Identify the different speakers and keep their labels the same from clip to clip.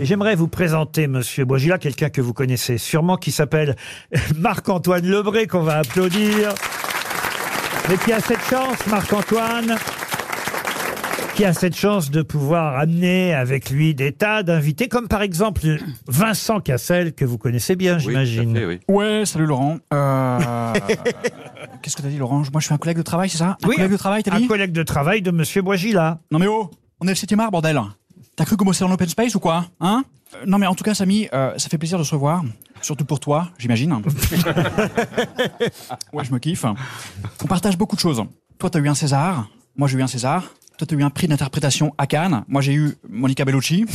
Speaker 1: Et J'aimerais vous présenter, monsieur Bogila, quelqu'un que vous connaissez sûrement, qui s'appelle Marc-Antoine Lebré, qu'on va applaudir. Mais qui a cette chance, Marc-Antoine qui a cette chance de pouvoir amener avec lui des tas d'invités, comme par exemple Vincent Cassel, que vous connaissez bien, j'imagine.
Speaker 2: Oui, tout à fait, oui.
Speaker 3: Ouais, salut Laurent. Euh, Qu'est-ce que t'as dit Laurent Moi je suis un collègue de travail, c'est ça Un
Speaker 1: Oui,
Speaker 3: collègue de travail, t'as
Speaker 1: un
Speaker 3: dit
Speaker 1: collègue de travail de Monsieur Boisgila.
Speaker 3: Non mais oh, on est le 7 art, bordel. T'as cru qu'on bossait en open space ou quoi Hein Euh, Non mais en tout cas, Samy, euh, ça fait plaisir de se revoir. Surtout pour toi, j'imagine. ouais, je me kiffe. On partage beaucoup de choses. Toi, t'as eu un César. Moi, j'ai eu un César. Toi, t'as eu un prix d'interprétation à Cannes. Moi, j'ai eu Monica Bellucci.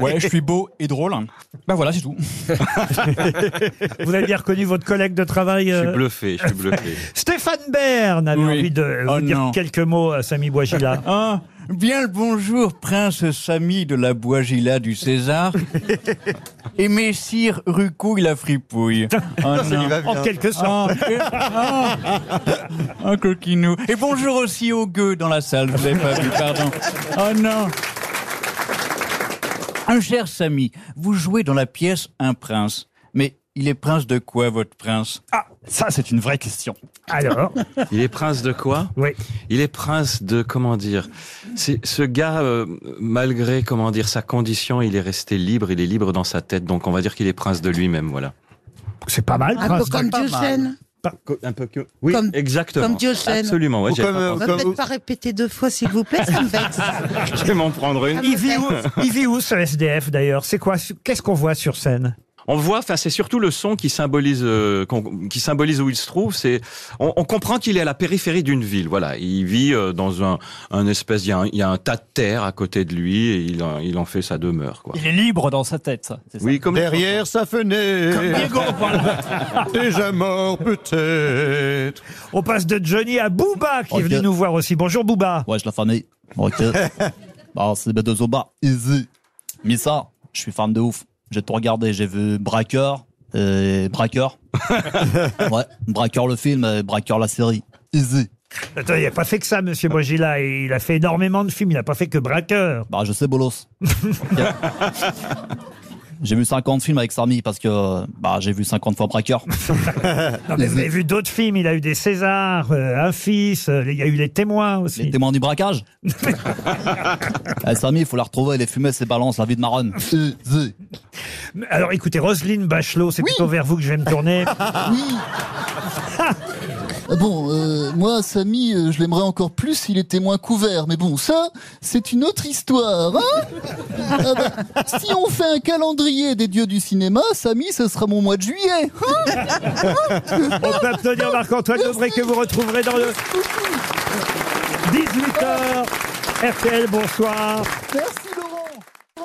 Speaker 3: ouais, je suis beau et drôle. Bah voilà, c'est tout.
Speaker 1: Vous avez bien reconnu votre collègue de travail.
Speaker 2: Je
Speaker 1: euh,
Speaker 2: suis bluffé, je suis bluffé.
Speaker 1: Stéphane Bern avait
Speaker 3: Oui.
Speaker 1: envie de vous
Speaker 3: Oh
Speaker 1: dire
Speaker 3: non.
Speaker 1: quelques mots à Samy Boisgila.
Speaker 3: Ah, bien le bonjour, prince Samy de la Boisgila du César. et messire Rucouille la fripouille. Ah, non.
Speaker 1: en quelque sorte.
Speaker 3: Ah, et- ah, un Ah, coquinou. Et bonjour aussi aux gueux dans la salle, je l'ai pas vu, pardon. Oh non Un cher Samy, vous jouez dans la pièce Un prince. Mais il est prince de quoi, votre prince Ah, ça c'est une vraie question.
Speaker 1: Alors,
Speaker 2: Il est prince de quoi
Speaker 1: oui.
Speaker 2: Il est prince de comment dire C'est ce gars, euh, malgré comment dire sa condition, il est resté libre. Il est libre dans sa tête. Donc on va dire qu'il est prince de lui-même. Voilà.
Speaker 1: C'est pas mal,
Speaker 4: Un peu
Speaker 1: Prince.
Speaker 4: comme
Speaker 2: Ah, pas
Speaker 4: Diocène.
Speaker 2: Un peu que. Oui,
Speaker 4: Comme-
Speaker 2: exactement.
Speaker 4: comme Diocène.
Speaker 2: Absolument. Ouais,
Speaker 5: Ou
Speaker 2: j'y avais
Speaker 5: comme,
Speaker 2: pas
Speaker 5: euh,
Speaker 4: On
Speaker 2: pensé.
Speaker 4: va
Speaker 5: Comme-
Speaker 4: peut-être pas répéter deux fois, s'il vous plaît, ça me vexe.
Speaker 2: Je vais m'en prendre une.
Speaker 1: Il vit où, il vit où, ce SDF d'ailleurs C'est quoi su- Qu'est-ce qu'on voit sur scène
Speaker 2: On voit, enfin, c'est surtout le son qui symbolise, euh, qu'on- qui symbolise où il se trouve. C'est, on, on comprend qu'il est à la périphérie d'une ville. Voilà, il vit euh, dans un, un espèce, il y, a un- il y a un tas de terre à côté de lui et il en, il en fait sa demeure. Quoi.
Speaker 3: Il est libre dans sa tête, ça. c'est ça.
Speaker 2: Oui, comme
Speaker 5: Derrière sa fenêtre, déjà mort peut-être.
Speaker 1: On passe de Johnny à Booba qui est
Speaker 6: Ok.
Speaker 1: venu nous voir aussi. Bonjour Booba.
Speaker 6: Ouais, je la famille. Ok. bon, Bah, c'est de Zoba. Easy. Mais ça, je suis fan de ouf. J'ai tout regardé. J'ai vu Braqueur et Braqueur. ouais, Braqueur le film et Braqueur la série. Easy.
Speaker 1: Attends, il n'a pas fait que ça, monsieur Bogila. Il a fait énormément de films. Il n'a pas fait que Braqueur.
Speaker 6: Bah, je sais, bolos. Ok. J'ai vu 50 films avec Samy parce que bah, j'ai vu 50 fois Braqueur.
Speaker 1: Non, mais vous avez vu d'autres films. Il a eu des Césars, euh, Un fils. euh, il y a eu Les Témoins aussi.
Speaker 6: Les témoins du braquage Eh, Samy, il faut la retrouver, elle est fumée, ses balances, la vie de Maronne. Easy.
Speaker 1: Alors écoutez, Roselyne Bachelot, c'est plutôt vers vous que je vais me tourner.
Speaker 7: Ah Bon, euh, moi, Samy, euh, je l'aimerais encore plus s'il était moins couvert. Mais bon, ça, c'est une autre histoire. Hein Ah bah, si on fait un calendrier des dieux du cinéma, Samy, ce sera mon mois de juillet. hein
Speaker 1: On peut applaudir Marc-Antoine Lebré que vous retrouverez dans le 18h. RTL, bonsoir.
Speaker 7: Merci.